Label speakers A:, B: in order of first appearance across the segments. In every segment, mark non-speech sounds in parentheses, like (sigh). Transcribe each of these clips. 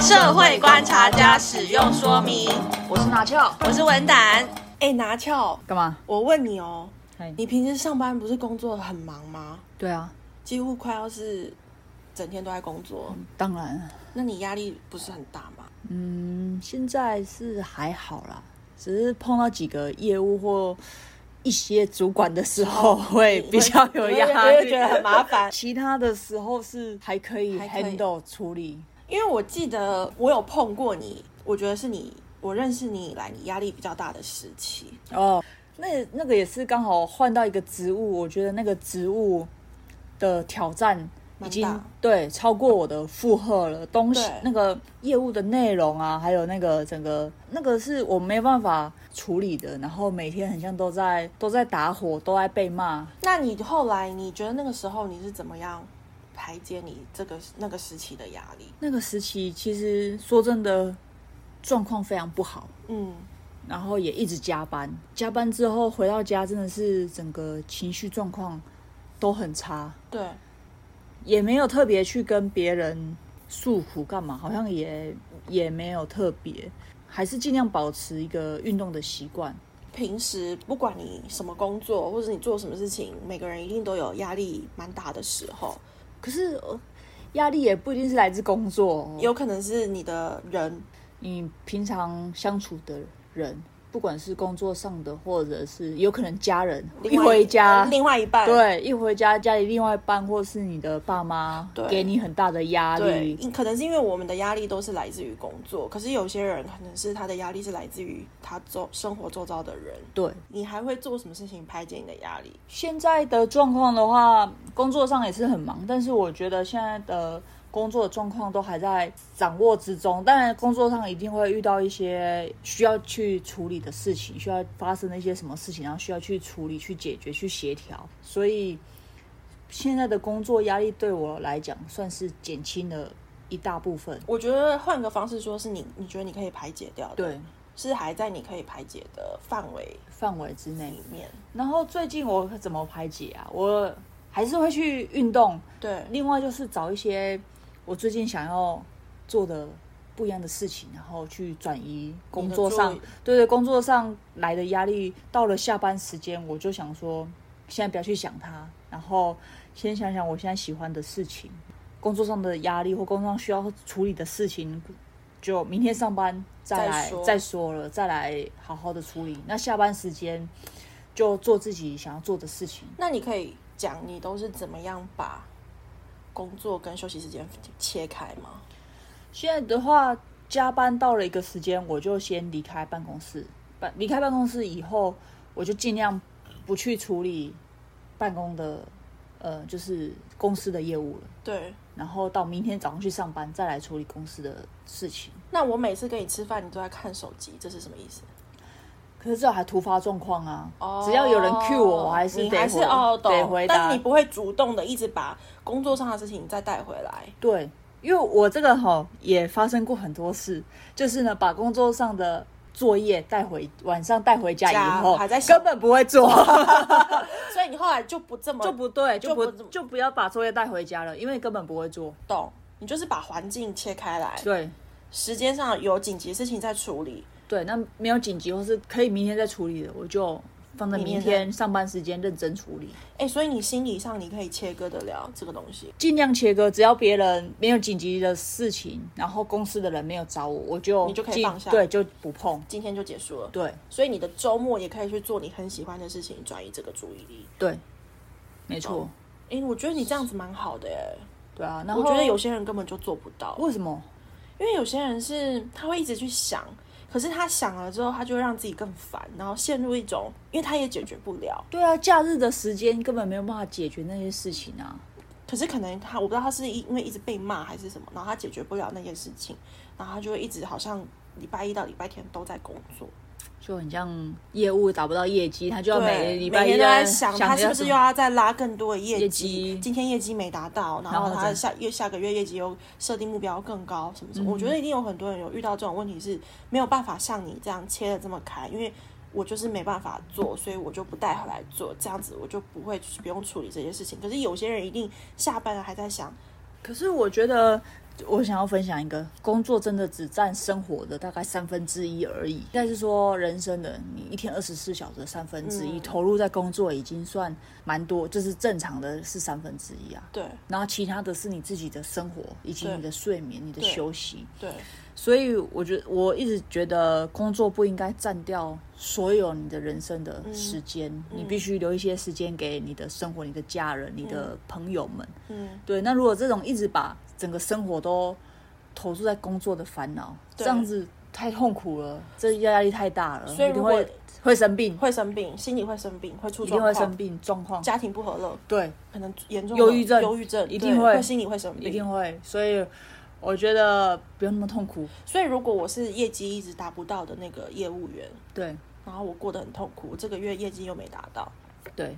A: 社会观察家使用说明。
B: 我是拿翘，
A: 我是文胆，
C: 哎、拿翘，
B: 干嘛？
C: 我问你哦
B: 嗨，
C: 你平时上班不是工作很忙吗？
B: 对啊，
C: 几乎快要是整天都在工作，
B: 当然，
C: 那你压力不是很大吗？
B: 嗯，现在是还好啦，只是碰到几个业务或一些主管的时
C: 哦
B: 候，会比较有压
C: 我就
B: 力，
C: 觉得很麻烦。
B: 其他的时候是还可以
C: 还可以
B: handle 处理。
C: 因为我记得我有碰过你，我觉得是你，我认识你以来你压力比较大的时期。
B: 哦，那那个也是刚好换到一个职务，我觉得那个职务的挑战已
C: 蛮
B: 经
C: 大
B: 对超过我的负荷了。东西
C: 对
B: 那个业务的内容啊，还有那个整个那个是我没办法处理的，然后每天很像都在都在打火，都在被骂。
C: 那你后来你觉得那个时候你是怎么样排解你这个那个时期的压力？
B: 那个时期其实说真的，状况非常不好。
C: 嗯，
B: 然后也一直加班，加班之后回到家真的是整个情绪状况都很差，
C: 对，
B: 也没有特别去跟别人诉苦干嘛，好像也也没有特别，还是尽量保持一个运动的习惯。
C: 平时不管你什么工作，或者你做什么事情，每个人一定都有压力蛮大的时候，
B: 可是呃压力也不一定是来自工作哦，
C: 有可能是你的人，
B: 你平常相处的人，不管是工作上的，或者是有可能家人，一
C: 另外
B: 回家
C: 另外一半，
B: 对，一回家家里另外一半或是你的爸妈
C: 对
B: 给你很大的压
C: 对
B: 力，，
C: 可能是因为我们的压力都是来自于工作，可是有些人可能是他的压力是来自于他周生活周遭的人。
B: 对。
C: 你还会做什么事情排解你的压力？
B: 现在的状况的话，工作上也是很忙，但是我觉得现在的工作的状况都还在掌握之中。当然，工作上一定会遇到一些需要去处理的事情，需要发生的一些什么事情，然后需要去处理、去解决、去协调。所以，现在的工作压力对我来讲算是减轻了一大部分。
C: 我觉得换个方式说，是你你觉得你可以排解掉的，
B: 对，
C: 是还在你可以排解的范围
B: 范围之内
C: 里。面。
B: 然后最近我怎么排解啊？我还是会去运动，
C: 对，
B: 另外就是找一些我最近想要做的不一样的事情，然后去转移工作上
C: 你的注意，
B: 对对，工作上来的压力，到了下班时间，我就想说，现在不要去想它，然后先想想我现在喜欢的事情，工作上的压力或工作上需要处理的事情。就明天上班再来
C: 再说
B: 再说了，再来好好的处理。那下班时间就做自己想要做的事情。
C: 那你可以讲你都是怎么样把工作跟休息时间切开吗？
B: 现在的话，加班到了一个时间，我就先离开办公室。办离开办公室以后，我就尽量不去处理办公的，呃，就是公司的业务了。
C: 对，
B: 然后到明天早上去上班，再来处理公司的事情。
C: 那我每次跟你吃饭，你都在看手机，这是什么意思？
B: 可是这还突发状况啊！
C: 哦
B: 只要有人 cue 我，我还是
C: 你
B: 得
C: 还是
B: 回
C: 哦懂
B: 得回答。
C: 但是你不会主动的一直把工作上的事情再带回来。
B: 对，因为我这个哈、也发生过很多事，就是呢，把工作上的作业带回晚上带回家
C: 家
B: 以后，
C: 还在想
B: 根本不会做，
C: 所以你后来就不这么
B: 就不对，就不
C: 就不
B: 就不要把作业带回家了，因为根本不会做。
C: 懂，你就是把环境切开来，
B: 对
C: 时间上有紧急事情在处理，
B: 对，那没有紧急或是可以明天再处理的，我就放在明
C: 明天
B: 天上班时间认真处理，
C: 哎、所以你心理上你可以切割得了这个东西。
B: 尽量切割。只要别人没有紧急的事情，然后公司的人没有找我，我就
C: 你就可以
B: 尽
C: 放下
B: 对，就不碰。
C: 今天就结束了，
B: 对
C: 所以你的周末也可以去做你很喜欢的事情，转移这个注意力。
B: 对，没错，
C: 懂哎、我觉得你这样子蛮好的哎、
B: 对啊。然后
C: 我觉得有些人根本就做不到，
B: 为什么？
C: 因为有些人是他会一直去想，可是他想了之后，他就会让自己更烦，然后陷入一种，因为他也解决不了。
B: 对啊，假日的时间根本没有办法解决那些事情啊。
C: 可是可能他我不知道他是因为一直被骂还是什么，然后他解决不了那件事情，然后他就会一直好像礼拜一到礼拜天都在工作，
B: 就很像业务达不到业绩，他就要
C: 对，
B: 每礼拜
C: 每
B: 一啊
C: 天都在想
B: 想
C: 他是不是
B: 要
C: 又
B: 什么
C: 要再拉更多的业
B: 业
C: 绩，
B: 绩
C: 今天业绩没达到，然
B: 然
C: 后
B: 后
C: 他
B: 再
C: 下又下个月业绩又设定目标更高，什么什么。
B: 嗯
C: 我觉得一定有很多人有遇到这种问题，是没有办法像你这样切的这么开，因为。我就是没办法做，所以我就不带回来做，这样子我就不会不用处理这些事情。可是有些人一定下班了还在想，
B: 可是我觉得我想要分享一个，工作真的只占生活的大概三分之一而已。应该是说，人生的你一天二十四小时的三分之一、
C: 嗯
B: 投入在工作，已经算蛮多，就是正常的是三分之一啊。
C: 对
B: 然后其他的是你自己的生活，以及
C: 对
B: 你的睡眠、你的
C: 对
B: 休息。
C: 对，
B: 所以我觉得我一直觉得工作不应该占掉所有你的人生
C: 嗯
B: 的时间，你必须留一些时间给你的生活、你的家人、你的朋友们。
C: 嗯，
B: 对，那如果这种一直把整个生活都投注在工作的烦恼，这
C: 对
B: 样子太痛苦了，这压力太大了，
C: 所以
B: 嗯一定
C: 如果
B: 会会生病，
C: 会生病，心理会生病，会出
B: 一定
C: 状
B: 会
C: 况，
B: 生病状况。
C: 家庭不和乐，
B: 对，
C: 可能严重的
B: 忧郁症
C: 忧郁症
B: 一定
C: 对
B: 会
C: 会心理会生病，
B: 一定会。所以我觉得不用那么痛苦。
C: 所以如果我是业绩一直达不到的那个业务员，
B: 对
C: 然后我过得很痛苦，这个月业绩又没达到，
B: 对，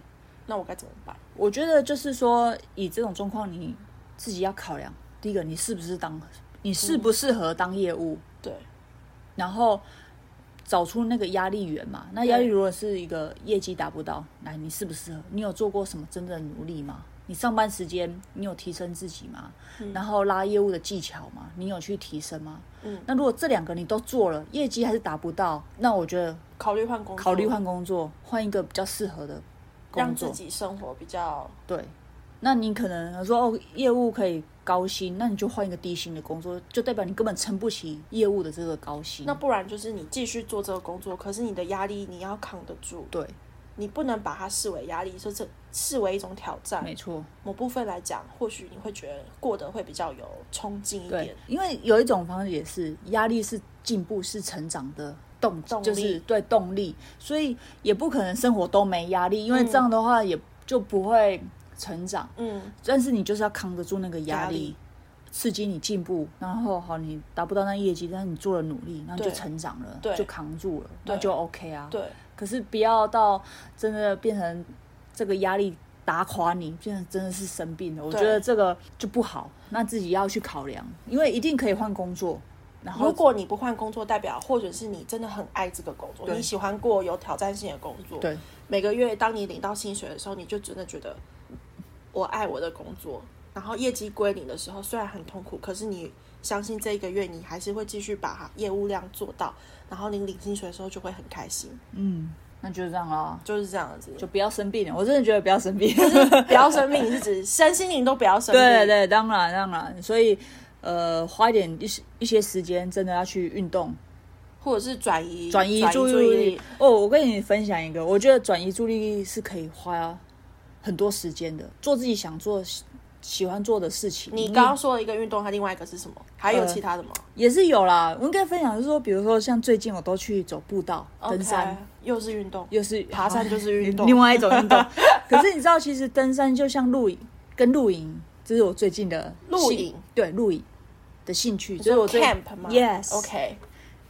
C: 那我该怎么办？
B: 我觉得就是说，以这种状况，你自己要考量，第一个，你适不是当，你适不适合当业务，
C: 对
B: 然后找出那个压力源嘛。那压力如果是一个业绩达不到，来，你适不适合？你有做过什么真正的努力吗？你上班时间你有提升自己吗？然后拉业务的技巧吗？你有去提升吗？
C: 嗯
B: 那如果这两个你都做了，业绩还是达不到，那我觉得
C: 考虑换工作，
B: 考虑换工作，换一个比较适合的
C: 让
B: 工
C: 自
B: 作。
C: 己生活比较
B: 对，那你可能说哦，业务可以高薪，那你就换一个低薪的工作，就代表你根本撑不起业务的这个高薪。
C: 那不然就是你继续做这个工作，可是你的压力你要扛得住，
B: 对，
C: 你不能把它视为压力，说这视为一种挑战。
B: 没错，
C: 某部分来讲，或许你会觉得过得会比较有冲劲一
B: 对
C: 点。，
B: 因为有一种方式也是压力是进步是成长的动，
C: 动力
B: 就是对动力，所以也不可能生活都没压力，因为这样的话也就不会成长。
C: 嗯，
B: 但是你就是要扛得住那个压
C: 压
B: 力，
C: 力
B: 刺激你进步，然后好你达不到那业绩，但是你做了努力，然后就
C: 对
B: 成长了，
C: 对
B: 就扛住了，那就 OK 啊。
C: 对，
B: 可是不要到真的变成这个压力打垮你，变成真的是生病了。我觉
C: 对
B: 得这个就不好，那自己要去考量，因为一定可以换工作。然后
C: 如果你不换工作，代表或者是你真的很爱这个工作，
B: 对
C: 你喜欢过有挑战性的工作。
B: 对，
C: 每个月当你领到薪水的时候，你就真的觉得我爱我的工作。然后业绩归零的时候，虽然很痛苦，可是你相信这一个月你还是会继续把业务量做到，然后你领薪水的时候就会很开心，
B: 嗯，那就这样啦，
C: 就是这样子。
B: 就不要生病了。 (laughs) 我真的觉得不要生病。
C: 不要生病，是指身心灵都不要生病。
B: 对对，当然当然，所以呃，花一点一些一些时间，真的要去运动，
C: 或者是转移
B: 转移注
C: 意
B: 意力。哦，我跟你分享一个，我觉得转移注意力是可以花很多时间的，做自己想做、喜喜欢做的事情。
C: 你刚刚说了一个运动，它另外一个是什么？还有其他的吗？
B: 也是有啦，我应该分享就是说，比如说像最近我都去走步道、登
C: OK，
B: 山，
C: 又是运动，
B: 又是
C: 爬山就是运动
B: (laughs) 另外一种运
C: (laughs)
B: 动。可是你知道，其实登山就像露营，跟露营，这是我最近的
C: 露
B: 兴
C: 营，
B: 对露营的兴趣，
C: 你
B: 就是我最
C: camp 吗
B: Yes，
C: OK，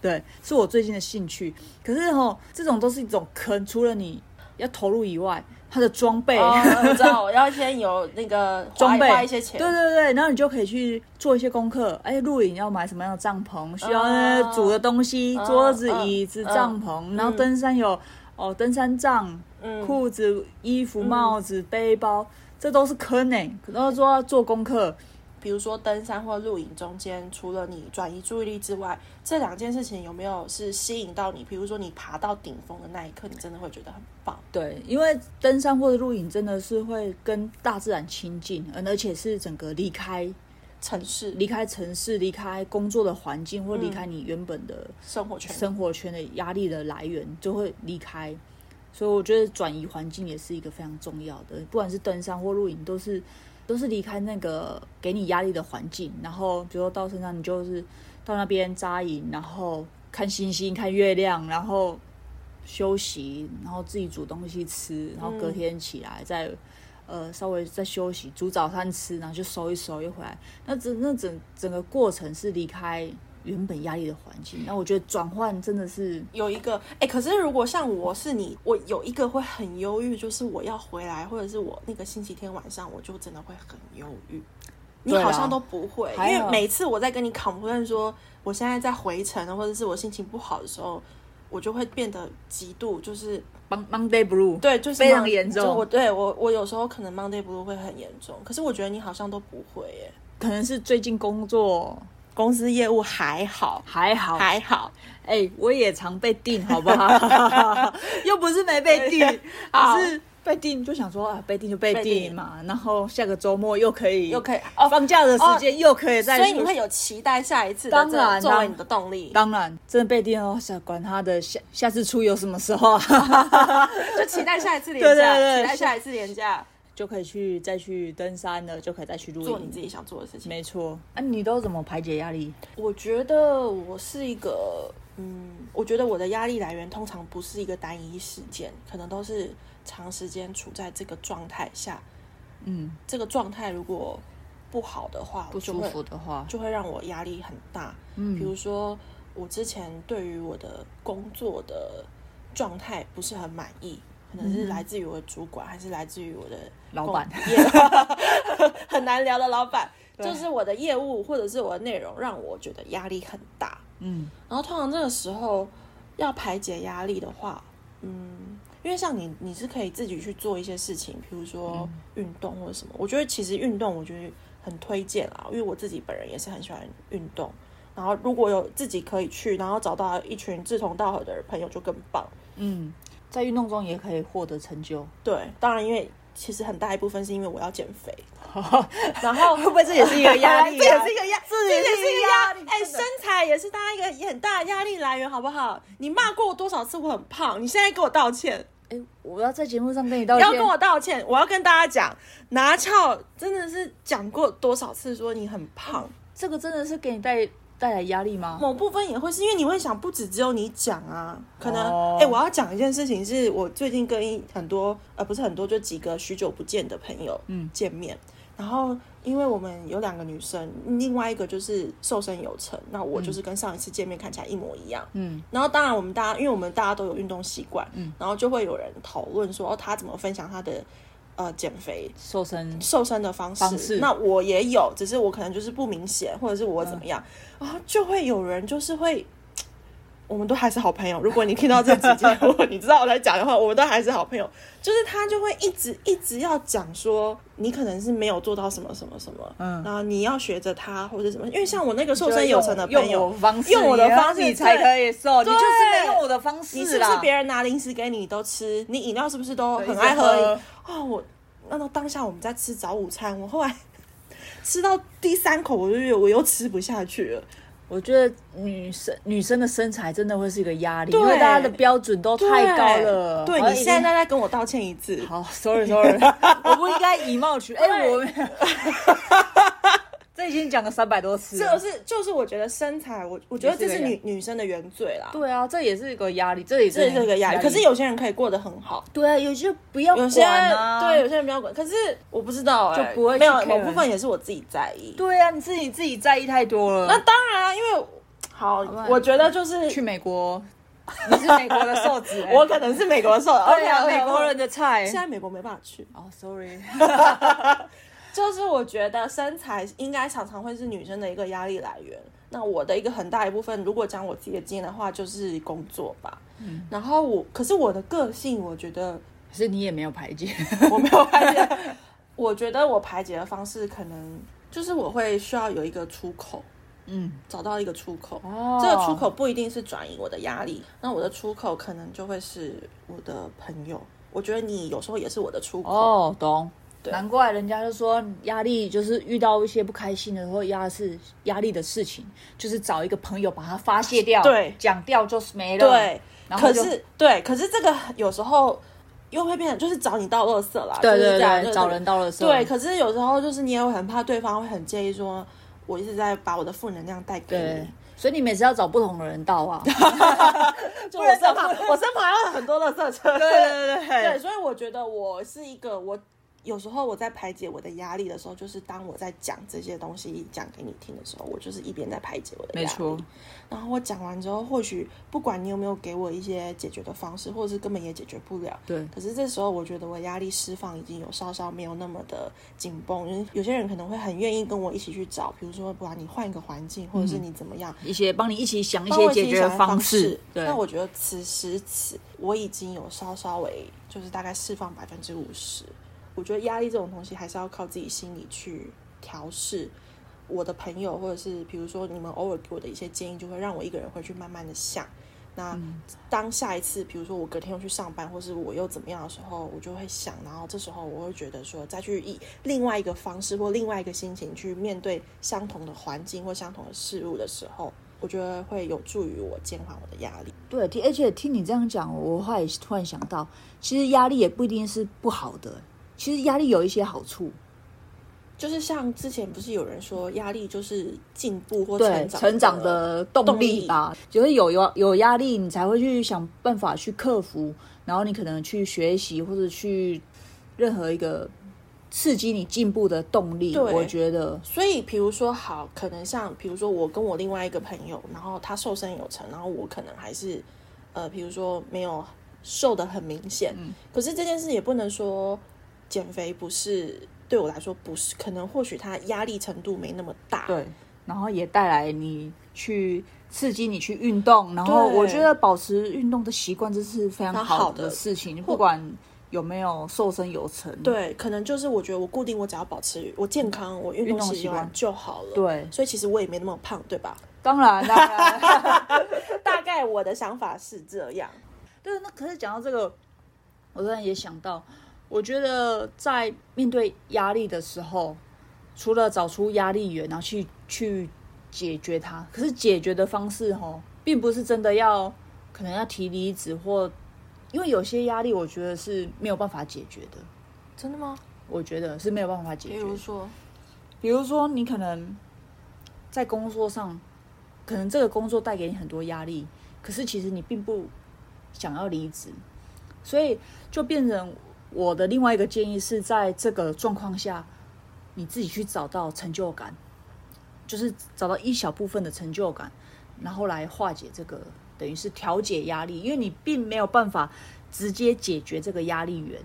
B: 对，是我最近的兴趣。可是哦，这种都是一种坑，除了你要投入以外，它的装备。
C: 哦，我知道，我要先有那个花
B: (laughs) 装备
C: 花一些钱，
B: 对对对，然后你就可以去做一些功课。哎，露营要买什么样的帐篷？需要
C: 嗯
B: 呃煮的东西，
C: 嗯
B: 桌子、
C: 嗯
B: 椅子、
C: 嗯
B: 帐篷。然后登山有哦，登山杖、
C: 嗯
B: 裤子、衣服、帽子、背包，这都是坑呢、然后说要做功课，
C: 比如说登山或露营中间，除了你转移注意力之外，这两件事情有没有是吸引到你？比如说你爬到顶峰的那一刻，你真的会觉得很棒。
B: 对，因为登山或者露营真的是会跟大自然亲近，嗯而且是整个离开
C: 城市
B: 离开城市、离开工作的环境，或离开你原本的
C: 生活圈，
B: 生活圈的压力的来源，就会离开。所以我觉得转移环境也是一个非常重要的，不管是登山或露营，都是都是离开那个给你压力的环境。然后，比如说到身上，你就是到那边扎营，然后看星星、看月亮，然后休息，然后自己煮东西吃，然后隔天起来再、呃稍微再休息，煮早餐吃，然后就收一收又回来。那整那整整个过程是离开原本压力的环境。那我觉得转换真的是
C: 有一个，哎、可是如果像我是你，我有一个会很忧郁，就是我要回来，或者是我那个星期天晚上，我就真的会很忧郁。你
B: 对啦
C: 好
B: 啊
C: 像都不会，因
B: 还
C: 为
B: 好
C: 每次我在跟你 complain 说我现在在回程，啊或者是我心情不好的时候，我就会变得极度就是
B: Mon- Monday Blue。
C: 对，就是
B: 非常
C: mon-
B: 严重
C: 就我对我我有时候可能 Monday Blue 会很严重，可是我觉得你好像都不会耶。
B: 可能是最近工作
C: 公司业务还好，
B: 还好，
C: 还好，
B: 哎、我也常被定，好不
C: (laughs)
B: 好？又不是没被定，
C: 好
B: 只是被定就想说啊，被定就被
C: 被
B: 定
C: 定
B: 嘛，然后下个周末又可以，
C: 又可以哦
B: 哦，放假的时间又可以再，
C: 所以你会有期待下一次的
B: 当
C: 这
B: 然
C: 个作
B: 当
C: 为你的动力，
B: 当然真的被定哦，想管他的下下次出游什么时候啊，
C: (laughs) 就期待下一
B: (laughs)
C: 次连
B: 对对
C: 假，
B: 对
C: 期待下一次连假，
B: 就可以去再去登山了，就可以再去露
C: 做你自
B: 营。
C: 己想做的事情。
B: 没错，啊，你都怎么排解压力？
C: 我觉得我是一个，嗯，我觉得我的压力来源通常不是一个单一事件，可能都是长时间处在这个状态下。
B: 嗯，
C: 这个状态如果不好的话，
B: 不
C: 我就
B: 舒
C: 会
B: 服的话，
C: 就会让我压力很大。
B: 嗯
C: 比如说我之前对于我的工作的状态不是很满意，可能是来自于我的主管，还是来自于我的
B: 嗯老
C: 工
B: 板
C: 业 (laughs) 很难聊的老板，
B: 对
C: 就是我的业务或者是我的内容让我觉得压力很大。
B: 嗯
C: 然后通常这个时候要排解压力的话，嗯，因为像你，你是可以自己去做一些事情，比如说运动或者什么。我觉得其实运动，我觉得很推荐啦，因为我自己本人也是很喜欢运动。然后如果有自己可以去，然后找到一群志同道合的朋友就更棒。
B: 嗯，在运动中也可以获得成就。
C: 对，当然因为其实很大一部分是因为我要减 (laughs) 肥，
B: 然后会不会这也是一个压力、
C: (laughs)
B: 啊？
C: 这也是一个压，
B: 这
C: 这
B: 也
C: 也
B: 是
C: 是
B: 一
C: 一
B: 个
C: 个
B: 压
C: 压
B: 力
C: 力。哎、身材也是大家一个也很大的压力来源，好不好？你骂过我多少次我很胖，你现在给我道歉，
B: 哎、我要在节目上跟你道
C: 你
B: 歉，
C: 要跟我道歉，我要跟大家讲，拿翘真的是讲过多少次说你很胖，
B: 这个真的是给你带带来压力吗？
C: 某部分也会是因为你会想，不止只有你讲啊，可能哎、
B: 哦
C: 诶我要讲一件事情，是我最近跟一很多呃不是很多，就几个许久不见的朋友
B: 嗯
C: 见面，然后因为我们有两个女生，另外一个就是瘦身有成，那我就是跟上一次见面看起来一模一样，
B: 嗯
C: 然后当然我们大家，因为我们大家都有运动习惯，
B: 嗯
C: 然后就会有人讨论说哦，他怎么分享他的呃减肥
B: 瘦身
C: 瘦身的方式，
B: 嗯方式
C: 那我也有，只是我可能就是不明显，或者是我怎么样，
B: 嗯
C: 然后就会有人就是会，我们都还是好朋友。如果你听到这几集， (laughs) 如果你知道我在讲的话，我们都还是好朋友。就是他就会一直一直要讲说，你可能是没有做到什么什么什么，
B: 嗯
C: 然后你要学着他或者什么，因为像我那个瘦
B: 就
C: 身
B: 是
C: 有
B: 用
C: 成的朋
B: 用
C: 友
B: 我，方式，
C: 用我的方式
B: 你才可以瘦，你
C: 对
B: 就是没用我的方式
C: 你是不
B: 啦。
C: 是别人拿零食给你都吃？你饮料是不是都
B: 对
C: 很
B: 一直
C: 爱喝？
B: 喝
C: 哦，我那到当下我们在吃早午餐，我后来吃到第三口，我就觉得我又吃不下去了。
B: 我觉得女生女生的身材真的会是一个压力，
C: 对
B: 因为大家的标准都太高
C: 对
B: 了。
C: 对
B: 好像
C: 你
B: 已经
C: 现在再跟我道歉一次。
B: 好，sorry
C: (laughs)
B: sorry，我不应该以貌取哎、
C: 对
B: 我
C: (laughs)
B: 这已经讲了三百多次了，
C: 这是就是我觉得身材，我我觉得
B: 也是
C: 这
B: 个
C: 是
B: 压
C: 女女生的原罪啦，
B: 对啊，这也是一个压力，这也
C: 这
B: 是
C: 是这个压力。可是有些人可以过得很好，
B: 对啊，有些不要
C: 有些
B: 管啊，
C: 对有些人不要管，可是我不知道哎、
B: 就不会去
C: 没有
B: care
C: 某部分也是我自己在意。
B: 对啊，你自己自己在意太多了。
C: 那当然啊，因为好，
B: 吧
C: 我觉得就是
B: 去美 (laughs) 国，你是美国的
C: (laughs)
B: 瘦 (laughs) 子、欸，
C: 我可能是美国瘦的，
B: 对啊，
C: OK，OK，OK
B: 美国人的菜
C: 现。在美国没办法去，
B: 哦、s o r r (laughs) y
C: (laughs) 就是我觉得身材应该常常会是女生的一个压力来源。那我的一个很大一部分，如果讲我自己的经验的话，就是工作吧。嗯，然后我，可是我的个性，我觉得
B: 可是你也没有排解，
C: 我没有排解，我觉得我排解的方式可能就是我会需要有一个出口，
B: 嗯，
C: 找到一个出口。
B: 哦
C: 这个出口不一定是转移我的压力，那我的出口可能就会是我的朋友。我觉得你有时候也是我的出口。
B: 哦，懂。难怪人家就说压力就是遇到一些不开心的或压是压力的事情，就是找一个朋友把它发泄掉，
C: 对
B: 讲掉就是没了。
C: 对，
B: 然后
C: 可
B: 就是
C: 对，可是这个有时候又会变成就是找你倒垃圾啦，
B: 对
C: 就是这
B: 对
C: 样就
B: 对，
C: 是
B: 找人到了时候，
C: 对，可是有时候就是你也会很怕对方会很介意说。我一直在把我的负能量带给
B: 对
C: 你，，
B: 所以你每次要找不同的人到 (laughs) 啊。
C: 就我
B: 不然
C: 身
B: 怎
C: 旁
B: 么
C: 我身旁还有很多垃圾车，
B: 对对对对
C: 对，所以我觉得我是一个我有时候我在排解我的压力的时候，就是当我在讲这些东西讲给你听的时候，我就是一边在排解我的压力，
B: 没错，
C: 然后我讲完之后，或许不管你有没有给我一些解决的方式，或者是根本也解决不了，
B: 对
C: 可是这时候我觉得我压力释放已经有稍稍没有那么的紧绷，因为有些人可能会很愿意跟我一起去找，比如说不然你换一个环境，或者是你怎么样，
B: 一些帮你一起想一
C: 帮我
B: 些
C: 一起
B: 解决
C: 想方
B: 式。对，
C: 那我觉得此时此我已经有稍稍微就是大概释放百分之五十，我觉得压力这种东西还是要靠自己心里去调试。我的朋友，或者是比如说你们偶尔给我的一些建议，就会让我一个人回去慢慢的想。那
B: 嗯
C: 当下一次，比如说我隔天又去上班，或是我又怎么样的时候，我就会想，然后这时候我会觉得说，再去以另外一个方式或另外一个心情去面对相同的环境或相同的事物的时候，我觉得会有助于我减缓我的压力。
B: 对，听而且听你这样讲，我后来突然想到，其实压力也不一定是不好的，其实压力有一些好处，
C: 就是像之前不是有人说，压力就是进步或
B: 对
C: 成长
B: 成长的动力吧，就是有有有压力，你才会去想办法去克服，然后你可能去学习或者去任何一个刺激你进步的动力，
C: 对
B: 我觉得
C: 所以，比如说，好，可能像，比如说我跟我另外一个朋友，然后他瘦身有成，然后我可能还是，呃，比如说没有瘦的很明显，可是这件事也不能说减肥不是对我来说不是，可能或许他压力程度没那么大，，
B: 对，然后也带来你去刺激你去运动，然后
C: 对
B: 我觉得保持运动的习惯这是非常
C: 蛮
B: 好
C: 好
B: 的
C: 的
B: 事情，
C: 或
B: 不管有没有瘦身有成，
C: 对，可能就是我觉得我固定，我只要保持我健康，我运
B: 运
C: 动
B: 动习
C: 习惯
B: 惯
C: 就好了，，
B: 对，
C: 所以其实我也没那么胖，对吧？
B: 当然当然，
C: 大概我的想法是这样，
B: 对，那可是讲到这个，我突然也想到，我觉得在面对压力的时候，除了找出压力源，然后去去解决它，可是解决的方式哦，并不是真的要可能要提离职或，因为有些压力我觉得是没有办法解决的，
C: 真的吗？
B: 我觉得是没有办法解
C: 比
B: 决
C: 如
B: 的。
C: 说，
B: 比如说，你可能在工作上，可能这个工作带给你很多压力，可是其实你并不想要离职，所以就变成我的另外一个建议是在这个状况下，你自己去找到成就感，就是找到一小部分的成就感，然后来化解这个，等于是调节压力，因为你并没有办法直接解决这个压力源，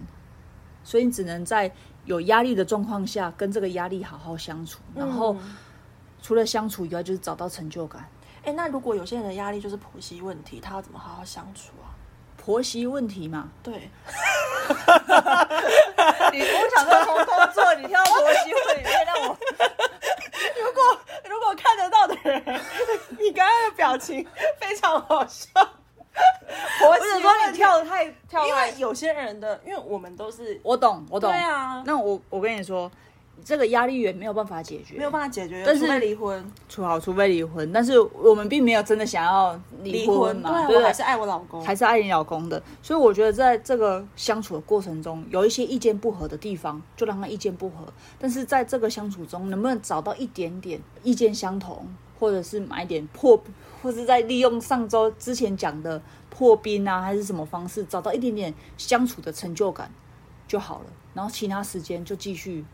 B: 所以你只能在有压力的状况下跟这个压力好好相处，然后
C: 嗯
B: 除了相处以外，就是找到成就感。
C: 哎，那如果有些人的压力就是婆媳问题，他要怎么好好相处啊？
B: 婆媳问题嘛，
C: 对， (laughs)
B: 你我想说从工作你跳到婆媳问题，让我
C: 如果看得到的人，你刚刚的表情非常好笑。
B: 我
C: 我
B: 只说你跳的太跳
C: 因
B: 太
C: 为，有些人的，因为我们都是
B: (laughs) 我懂我懂。
C: 对啊
B: 那我我跟你说，这个压力源没有办法解决，
C: 没有办法解决，
B: 但是
C: 除非离婚，
B: 除好除非离婚，但是我们并没有真的想要离婚嘛，
C: 对，啊
B: 对不
C: 我
B: 对
C: 还是爱我老公，
B: 还是爱你老公的，所以我觉得在这个相处的过程中，有一些意见不合的地方，就让他意见不合。但是在这个相处中，能不能找到一点点意见相同，或者是买点破，或是在利用上周之前讲的破冰啊，还是什么方式，找到一点点相处的成就感就好了。然后其他时间就继续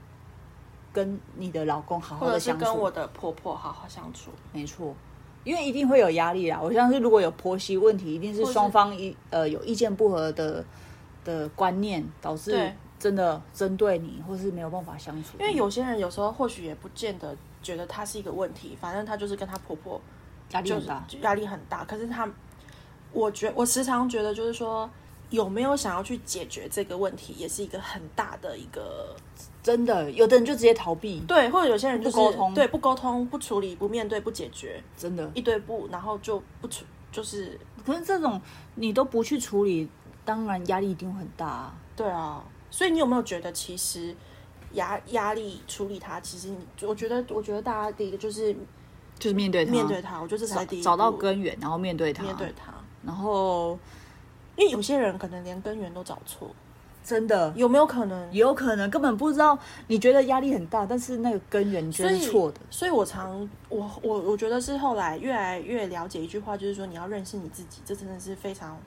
B: 跟你的老公好好
C: 或
B: 的
C: 者是
B: 相处。
C: 跟我的婆婆好好相处。
B: 没错，因为一定会有压力啦。啊我相信如果有婆媳问题，一定是
C: 或是
B: 双方一呃有意见不合的的观念，导致
C: 对
B: 真的针对你，或是没有办法相处。
C: 因为有些人有时候或许也不见得觉得她是一个问题，反正她就是跟她婆婆
B: 压力
C: 就
B: 很
C: 是
B: 大，
C: 压力很大。可是他，我觉我时常觉得就是说，有没有想要去解决这个问题，也是一个很大的一个
B: 真的，有的人就直接逃避，
C: 对，或者有些人就是
B: 不沟通
C: 对不沟通、不处理、不面对、不解决，
B: 真的。
C: 一堆不，然后就不处，就是
B: 可是这种你都不去处理，当然压力一定会很大、啊。
C: 对啊。所以你有没有觉得其实压压力处理它，其实你我觉得我觉得大家第一个就是
B: 就是面对他，
C: 面对它，我觉得这才是第一
B: 找到
C: 步
B: 根啊源，然后面对他，
C: 面对它，
B: 然后
C: 因为有些人可能连根源都找错，
B: 真的
C: 有没有可能
B: 也有可能根本不知道，你觉得压力很大，但是那个根源你觉
C: 所
B: 得
C: 以
B: 是错的。
C: 所以我常我我我觉得是后来越来越了解一句话，就是说你要认识你自己，这真的是非常。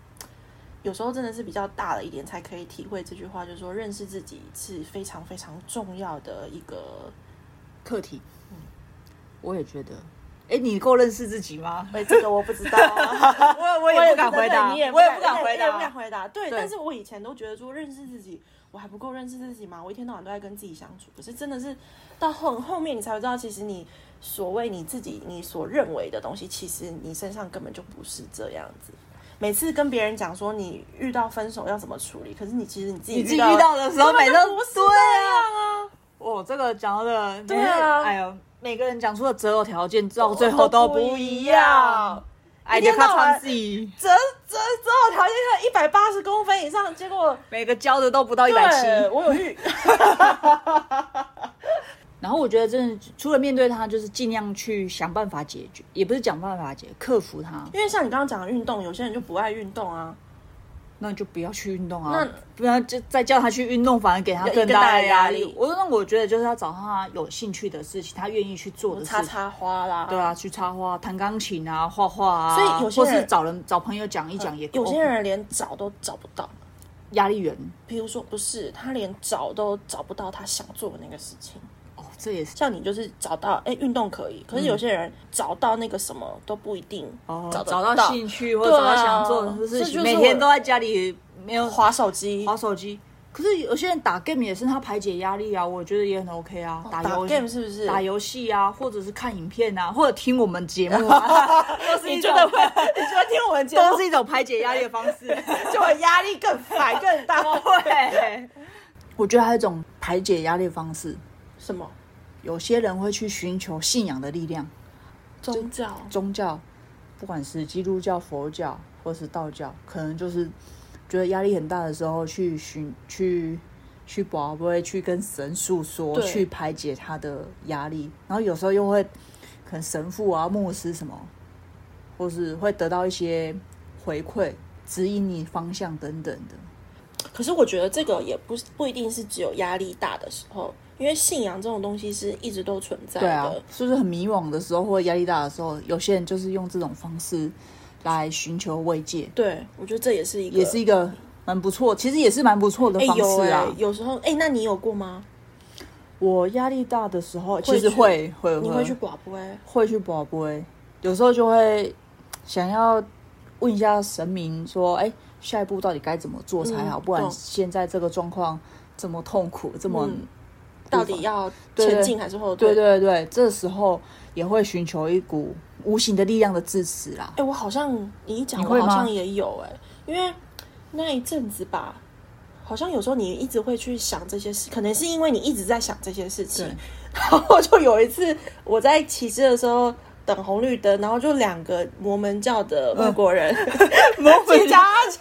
C: 有时候真的是比较大了一点才可以体会这句话，就是说认识自己是非常非常重要的一个。
B: 课题。
C: 嗯
B: 我也觉得。哎，你够认识自己吗？
C: 哎，这个我不知道啊、
B: 我我
C: (laughs) 我
B: 也不敢回答，
C: 你也
B: 我也不敢
C: 你
B: 回
C: 也不敢
B: 答。
C: 回答。对，
B: 对
C: 但是我以前都觉得说认识自己，我还不够认识自己吗？我一天到晚都在跟自己相处，可是真的是到后后面你才会知道，其实你所谓你自己你所认为的东西，其实你身上根本就不是这样子。每次跟别人讲说你遇到分手要怎么处理，可是你其实你自己
B: 你自己
C: 到
B: 遇到的时候，
C: 根
B: 每次
C: 本就不是
B: 对
C: 这
B: 啊，
C: 样啊。
B: 我这个讲到的，
C: 对啊
B: 哎呦，每个人讲出的择偶条件到最后都不一样。。哎，
C: 一天到晚
B: 自己
C: 择择择偶条件要一百八十公分以上，结果
B: 每个交的都不到一
C: 对
B: 百七。
C: 我有遇，
B: 然后我觉得真的，除了面对它，就是尽量去想办法解决，也不是讲办法解，克服它。
C: 因为像你刚刚讲的运动，有些人就不爱运动啊，
B: 那你就不要去运动啊，
C: 那
B: 不然就再叫他去运动，反而给他
C: 有
B: 更
C: 更大
B: 大
C: 的
B: 的
C: 压
B: 压
C: 力
B: 力。我那我觉得就是要找他有兴趣的事情，他愿意去做的事
C: 插
B: 情。
C: 插花啦，
B: 对啊，去插花、弹钢琴啊、画画啊，
C: 所以有些
B: 或
C: 人呃
B: 是找人找朋友讲一讲也、
C: 有些人连找都找不到。
B: 压力源
C: 比如说，不是他连找都找不到他想做的那个事情，
B: 哦，这也是
C: 像你就是找到哎运动可以，可是有些人找到那个什么都不一定
B: 嗯哦，
C: 找得
B: 找到兴趣或者
C: 对
B: 找
C: 啊
B: 到想做的事
C: 这就是
B: 情，
C: 我
B: 每天都在家里没有
C: 划手机
B: 划手机。可是有些人打 game 也是他排解压力啊，我觉得也很 OK 啊，打
C: 哦打
B: 游
C: game 是不是？
B: 打游戏啊，或者是看影片啊，或者听我们节目
C: (laughs)
B: 啊，都是一
C: 你
B: 种
C: 觉得会？你觉得听我们节目
B: (laughs) 都是一种排解压力的方式。
C: (laughs) 就会压力更 (laughs) 烦更大？
B: 对，我觉得还有一种排解压力的方式，
C: 什么
B: 有些人会去寻求信仰的力量，
C: 宗教？
B: 宗教，不管是基督教、佛教或是道教，可能就是觉得压力很大的时候去寻去去宝贝去跟神诉说，
C: 对
B: 去排解他的压力，然后有时候又会可能神父啊、牧师什么，或是会得到一些回馈，指引你方向等等的。
C: 可是我觉得这个也不是不一定是只有压力大的时候，因为信仰这种东西是一直都存在
B: 对啊
C: 的。，
B: 是不是很迷惘的时候或者压力大的时候，有些人就是用这种方式来寻求慰藉，
C: 对，我觉得这也是一个
B: 也是一个蛮不错，其实也是蛮不错的
C: 哎、
B: 方
C: 有
B: 式
C: 哎、
B: 啊。
C: 有时候哎、那你有过吗？
B: 我压力大的时候，其
C: 去
B: 实会会
C: 你会去哎广播哎？
B: 会去宝贝，有时候就会想要问一下神明说，哎、下一步到底该怎么做才好？
C: 嗯
B: 不然
C: 懂
B: 现在这个状况这么痛苦，这么、
C: 嗯到底要
B: 对
C: 前
B: 对
C: 进还是后退？
B: 对对对，这时候也会寻求一股无形的力量的支持啦。
C: (laughs) 哎、我好像你一讲，
B: 你
C: 我
B: 会
C: 好
B: 吗
C: 像也有哎、因为那一阵子吧，好像有时候你一直会去想这些事，可能是因为你一直在想这些事情
B: 对。
C: (laughs) 然后就有一次我在骑车的时候等红绿灯，然后就两个摩门教的
B: 嗯
C: 外国
B: (laughs)
C: 人，摩门脚踏车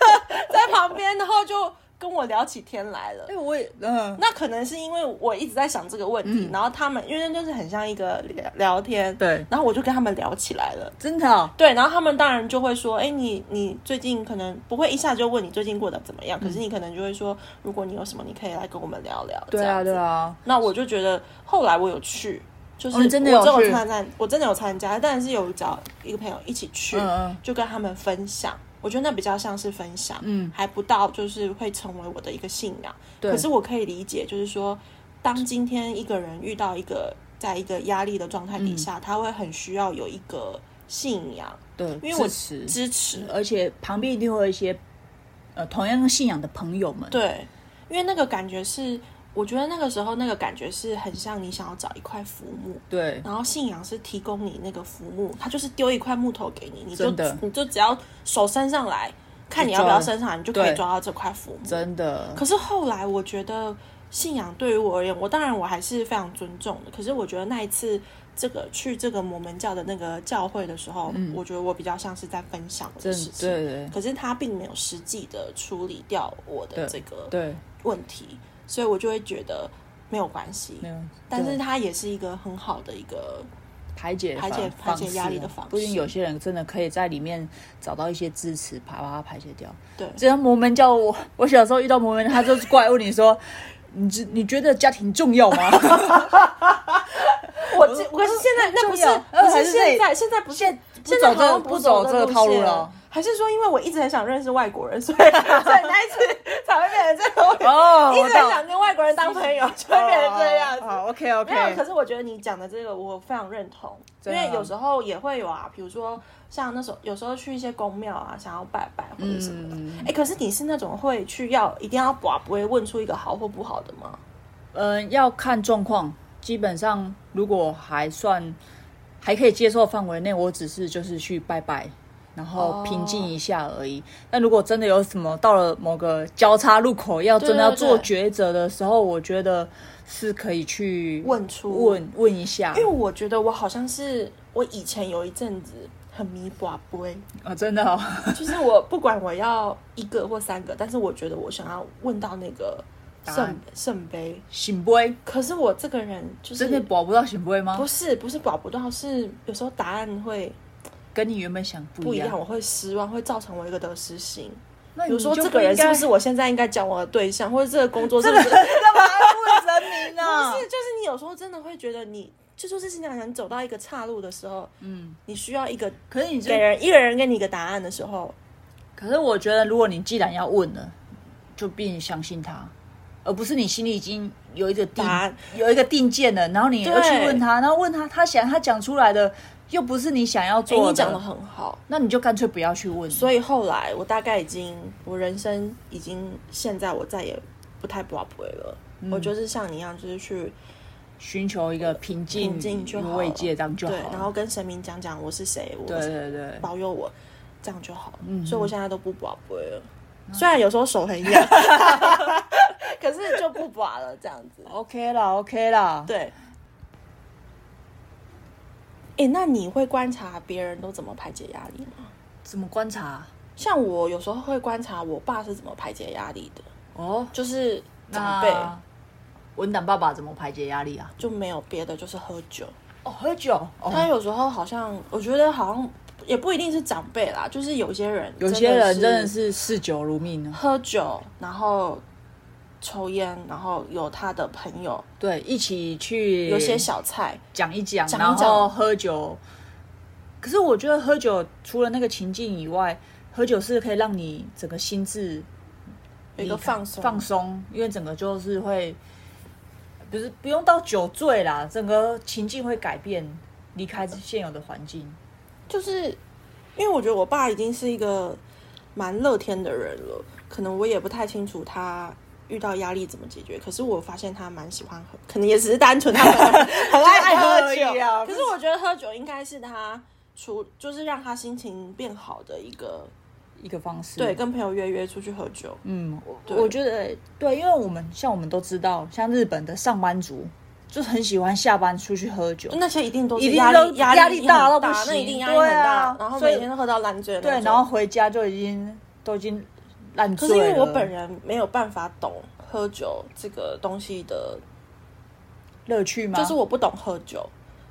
C: 在旁边，然后就跟我聊起天来了。
B: 哎、我也嗯，
C: 那可能是因为我一直在想这个问题，然后他们因为那就是很像一个聊聊天，
B: 对
C: 然后我就跟他们聊起来了。
B: 真的哦、
C: 对，然后他们当然就会说，哎，你你最近可能不会一下就问你最近过得怎么样，可是你可能就会说，如果你有什么，你可以来跟我们聊聊。
B: 嗯对
C: 这
B: 啊
C: 样子
B: 对。啊，
C: 那我就觉得后来我有去，就是
B: 哦
C: 我
B: 你真的有
C: 我
B: 去
C: 参加，我真的有参加，但是有找一个朋友一起去，
B: 嗯嗯
C: 就跟他们分享。我觉得那比较像是分享，
B: 嗯
C: 还不到就是会成为我的一个信仰。
B: 对
C: 可是我可以理解，就是说，当今天一个人遇到一个在一个压力的状态
B: 嗯
C: 底下，他会很需要有一个信仰
B: 对，
C: 因为我
B: 支持
C: 支持。
B: 而且旁边一定会有一些呃同样信仰的朋友们。
C: 对，因为那个感觉是，我觉得那个时候那个感觉是很像你想要找一块浮木，
B: 对
C: 然后信仰是提供你那个浮木，它就是丢一块木头给你，你就
B: 真的
C: 你就只要手伸上来，看你要
B: 抓
C: 不要伸上来，你就可以
B: 对
C: 抓到这块浮木。
B: 真的
C: 可是后来我觉得信仰对于我而言，我当然我还是非常尊重的，可是我觉得那一次。这个去这个摩门教的那个教会的时候，我觉得我比较像是在分享我的
B: 嗯真
C: 事情，
B: 对对
C: 可是他并没有实际的处理掉我的
B: 对
C: 这个
B: 对，
C: 问题，所以我就会觉得没有关系。
B: 没有。
C: 但是
B: 对
C: 它也是一个很好的一个，
B: 排解
C: 排解排
B: 方
C: 解压力的
B: 式啊
C: 方式
B: 不一定有些人真的可以在里面找到一些支持，把把它排解掉。
C: 对
B: 只要摩门教我，我小时候遇到摩门，他就是过来问你说。你觉你觉得家庭重要吗？
C: (laughs) 我这可是现在那不
B: (laughs)
C: 是
B: 重要呃
C: 不
B: 还
C: 是
B: 是
C: 现在现在不
B: 现
C: 是
B: 在不
C: 现在好
B: 走
C: 像
B: 这不走
C: 这
B: 这个套路
C: 线
B: 了，
C: 还是说因为我一直很想认识外国人，
B: (laughs)
C: 所以所以那一次才会变成这个问题。
B: 哦
C: 一直很想跟外国人当朋友，就会变成这样子。
B: 好，OK 啊
C: 没有，可
B: OK。
C: 是我觉得你讲的这个我非常认同，因
B: 真的
C: 为有时候也会有啊，比如说像那时候有时候去一些宫庙啊，想要拜拜或者什么的。哎、
B: 嗯
C: 可是你是那种会去要一定要把不会问出一个好或不好的吗？
B: 嗯，要看状况。基本上，如果还算还可以接受范围内，我只是就是去拜拜，然后平静一下而已。但如果真的有什么到了某个交叉路口，要真的要
C: 对对
B: 做
C: 对
B: 抉择的时候，我觉得是可以去
C: 问出
B: 问问一下
C: 因为我觉得我好像是我以前有一阵子很迷寡杯，
B: 啊，真的哦，
C: 就是我不管我要一个或三个，但是我觉得我想要问到那个
B: 答案
C: 圣圣杯。
B: 醒杯
C: 可是我这个人就是
B: 真的保不到醒杯吗
C: 不？是不是保不到，是有时候答案会
B: 跟你原本想
C: 不
B: 不
C: 一
B: 一
C: 样，
B: 样。
C: 我会失望，会造成我一个得失心。
B: 那
C: 比
B: 你
C: 如说
B: 就
C: 这个人
B: 应
C: 是
B: 该
C: 不是我现在应该交往的对象，或者这个工作是 (laughs) 不是？
B: 干嘛还不为人民呢？
C: (laughs) 不是，就是你有时候真的会觉得你，就说是情两人走到一个岔路的时候，
B: 嗯，
C: 你需要一个
B: 可是你就
C: 给人一个人给你一个答案的时候，
B: 可是我觉得，如果你既然要问了，就必须相信他，而不是你心里已经有一个定
C: 答案
B: 有一个定见了，然后你又去
C: 对
B: 问他，然后问他，他想他讲出来的又不是你想要
C: 哎、
B: 做
C: 你讲的
B: 的，
C: 很好。
B: 那你就干脆不要去问。
C: 所以后来我大概已经，我人生已经现在我再也不太不不了。我就是像你一样，就是去
B: 寻求一个平静、
C: 平静就好了
B: 慰藉，这样就好
C: 对
B: 了。，
C: 然后跟神明讲讲我是谁，我
B: 对对对，
C: 保佑我，这样就好。
B: 嗯
C: 所以我现在都不拔杯了，虽然有时候手很
B: (laughs)
C: 痒，可是就不拔了这样子。
B: OK 啦，OK 啦。
C: 对。哎、那你会观察别人都怎么排解压力吗？
B: 怎么观察？
C: 像我有时候会观察我爸是怎么排解压力的，
B: 哦，
C: 就是长辈
B: 那文胆爸爸怎么排解压力啊？
C: 就没有别的，就是喝酒。
B: 哦，喝酒。
C: 他
B: 哦，
C: 有时候好像，我觉得好像也不一定是长辈啦，就是有些人，
B: 有些人真的是嗜酒如命啊。
C: 喝酒，然后抽烟，然后有他的朋友，
B: 对，一起去
C: 有些小菜，
B: 讲一讲，
C: 讲一
B: 然
C: 讲
B: 后喝酒。可是我觉得喝酒除了那个情境以外，喝酒是可以让你整个心智
C: 有一个
B: 离开
C: 放松，
B: 放松，因为整个就是会，不是不用到酒醉啦，整个情境会改变，离开现有的环境。
C: 就是因为我觉得我爸已经是一个蛮乐天的人了，可能我也不太清楚他遇到压力怎么解决。可是我发现他蛮喜欢喝，可能也只是单纯他很爱爱喝 (laughs)
B: 就是喝而已
C: 酒。
B: 啊
C: 可是我觉得喝酒应该是他除就是让他心情变好的一个，
B: 一个方式，
C: 对，跟朋友约约出去喝酒。
B: 嗯，我
C: 对
B: 我觉得对，因为我们像我们都知道，像日本的上班族就是很喜欢下班出去喝酒，
C: 那些一定都是
B: 一定
C: 压
B: 都
C: 力压
B: 压
C: 力
B: 力大
C: 很
B: 到不
C: 那一
B: 行
C: 定压力
B: 对
C: 很大，
B: 啊
C: 然后
B: 所以
C: 每天都喝到烂醉的那
B: 对，
C: 种。
B: 然后回家就已经都已经烂
C: 可
B: 醉
C: 是
B: 了。
C: 因为我本人没有办法懂喝酒这个东西的，
B: 乐趣吗？
C: 就是我不懂喝酒，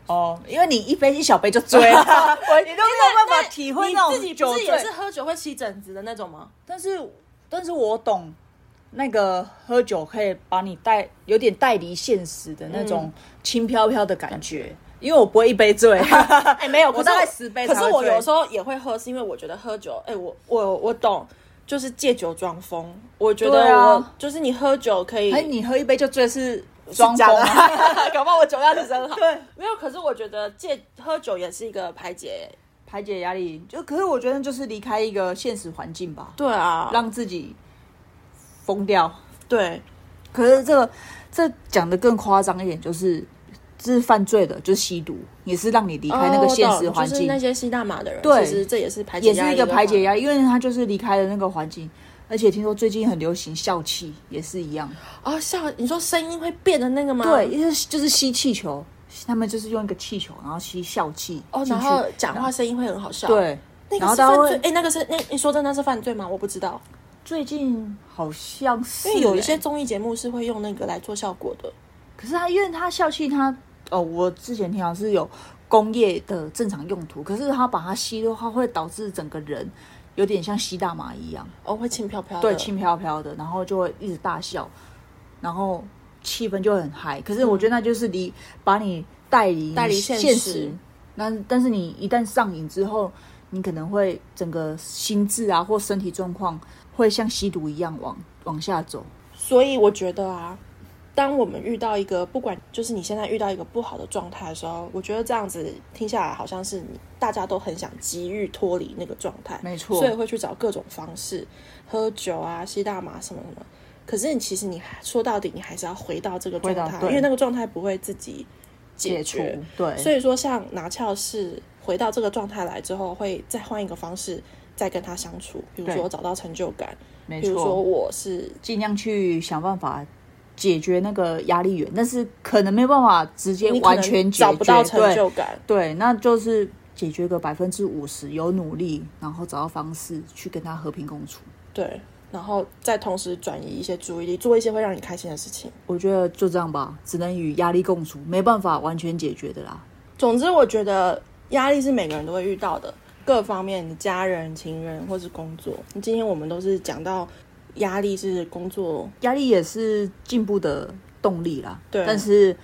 B: 哦，因为你一杯一小杯就醉了， (laughs) 我你都没有办法体会
C: 你
B: 那
C: 自
B: 种
C: 己
B: 酒
C: 不是也是
B: 醉。
C: 喝酒会起疹子的那种吗？
B: 但是，但是我懂那个喝酒可以把你带有点带离现实的那种轻飘飘的感觉，因为我不会一杯 (laughs) 醉。
C: 哎、没有，
B: 我
C: 可是
B: 大概10杯才
C: 可
B: 会
C: 是我
B: 醉
C: 有时候也会喝，是因为我觉得喝酒，哎、我我我懂，就是借酒装疯。我觉得
B: 对啊
C: 我、就是你喝酒可以
B: 哎，你喝一杯就醉是
C: 是
B: 装
C: 假
B: 疯
C: 的
B: 啊？， (laughs)
C: 搞不好我酒量是真好。
B: 对，
C: 没有，可是我觉得借喝酒也是一个排解。
B: (laughs) 排解压力就可是我觉得就是离开一个现实环境吧，
C: 对啊，
B: 让自己疯掉。
C: 对
B: 可是这个这讲的更夸张一点，就是这是犯罪的，就是吸毒，也是让你离开那个现
C: 哦
B: 实环
C: 我懂就是
B: 境，
C: 那些吸大麻的人，
B: 对
C: 其实这也是排解
B: 也
C: 压力
B: 是一个排解压
C: 力
B: 力，因为他就是离开了那个环境。而且听说最近很流行笑气，也是一样。
C: 哦，像你说声音会变的那个吗？
B: 对，，因为就是吸气球，他们就是用一个气球，然后吸笑气
C: 哦，
B: 进
C: 然
B: 去
C: 后讲话声音会很好笑。，
B: 对，
C: 那
B: 然
C: 个
B: 后
C: 是犯罪
B: 大家会。
C: 哎，那个是那你说真的是犯罪吗？我不知道，
B: 最近好像是
C: 因为有一些
B: 欸
C: 综艺节目是会用那个来做效果的。
B: 可是他因为他笑气他哦，我之前听到是有工业的正常用途，可是他把它吸的话，会导致整个人有点像吸大麻一样，
C: 哦，会轻飘飘的。
B: 对，轻飘飘的，然后就会一直大笑，然后气氛就会很嗨。可是我觉得那就是离、把你带离
C: 带离现
B: 现
C: 实
B: 那但是你一旦上瘾之后，你可能会整个心智啊或身体状况会像吸毒一样往往下走。
C: 所以我觉得啊，当我们遇到一个不管就是你现在遇到一个不好的状态的时候，我觉得这样子听下来好像是你大家都很想急于脱离那个状态，
B: 没错
C: 所以会去找各种方式，喝酒啊、吸大麻什么什么。可是你其实你还说到底，你还是要回到这个状
B: 回
C: 态
B: 到，对
C: 因为那个状态不会自己解
B: 解
C: 决。
B: 除对，
C: 所以说，像拿翘式回到这个状态来之后，会再换一个方式再跟他相处，比如
B: 对
C: 说找到成就感，
B: 没
C: 比如说
B: 错，
C: 我是
B: 尽量去想办法解决那个压力源，但是可能没有办法直接
C: 你可
B: 完
C: 能
B: 全解
C: 找
B: 决，
C: 不到成
B: 对
C: 就感，
B: 对，那就是解决个百分之五十，有努力，然后找到方式去跟他和平共处。
C: 对，然后再同时转移一些注意力，做一些会让你开心的事情。
B: 我觉得就这样吧，只能与压力共处，没办法完全解决的啦。
C: 总之，我觉得压力是每个人都会遇到的，各方面，你家人、情人或是工作。今天我们都是讲到压力是工作，
B: 压力也是进步的动力啦。
C: 对
B: 但是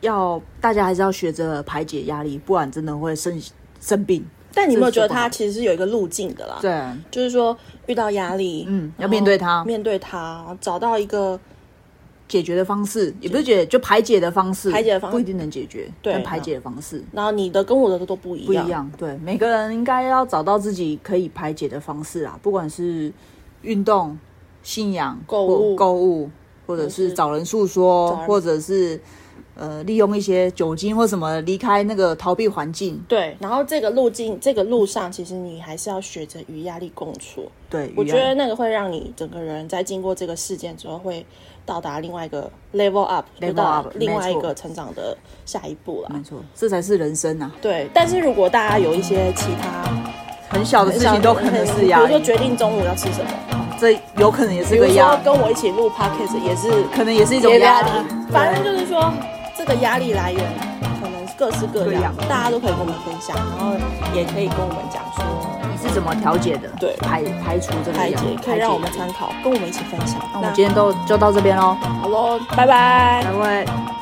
B: 要大家还是要学着排解压力，不然真的会生生病。
C: 但你有没有觉得它
B: 这
C: 其实是有一个路径的啦？
B: 对，
C: 就是说遇到压力，
B: 嗯，要
C: 然后
B: 面对它，
C: 面对它，找到一个
B: 解决的方式也不是解，就排解的方式，
C: 排解的方
B: 不一定能解决，
C: 对
B: 但排解的方式。
C: 然后你的跟我的都不一
B: 不
C: 样，
B: 一样，对，每个人应该要找到自己可以排解的方式啊，不管是运动、信仰、
C: 购
B: 或
C: 物
B: 购物，或者
C: 或
B: 是
C: 是
B: 找人诉说
C: 找，人
B: 或者是呃利用一些酒精或什么离开那个逃避环境，
C: 对，然后这个路径、这个路上，其实你还是要学着与压力共处。
B: 对，
C: 我
B: 一
C: 觉
B: 样
C: 得那个会让你整个人在经过这个事件之后，会到达另外一个 level up，
B: Level
C: 就到
B: up，
C: 另外一
B: 没错
C: 个成长的下一步啦
B: 没。错，这才是人生啊，
C: 对，但是如果大家有一些其他
B: 很小的事情都可能是
C: 比
B: 压
C: 如说
B: 力，
C: 决定中午要吃什么，
B: 这有可能也是
C: 比如
B: 个压
C: 说
B: 力，
C: 跟我一起录 podcast 也是
B: 可能也是一种
C: 有
B: 压
C: 压
B: 力
C: 力，，反正就是说这个压力来源可能各式各
B: 各
C: 样
B: 样，
C: 大家都可以跟我们分享，然后也可以跟我们讲说。
B: 你是怎么调节的？
C: 对
B: 排排除这个
C: 排
B: 压
C: 解
B: 力，
C: 可以让我们
B: 排解
C: 参考，跟我们一起分享。
B: 那我们今天都就到这边喽，
C: 好喽，拜拜
B: 拜拜。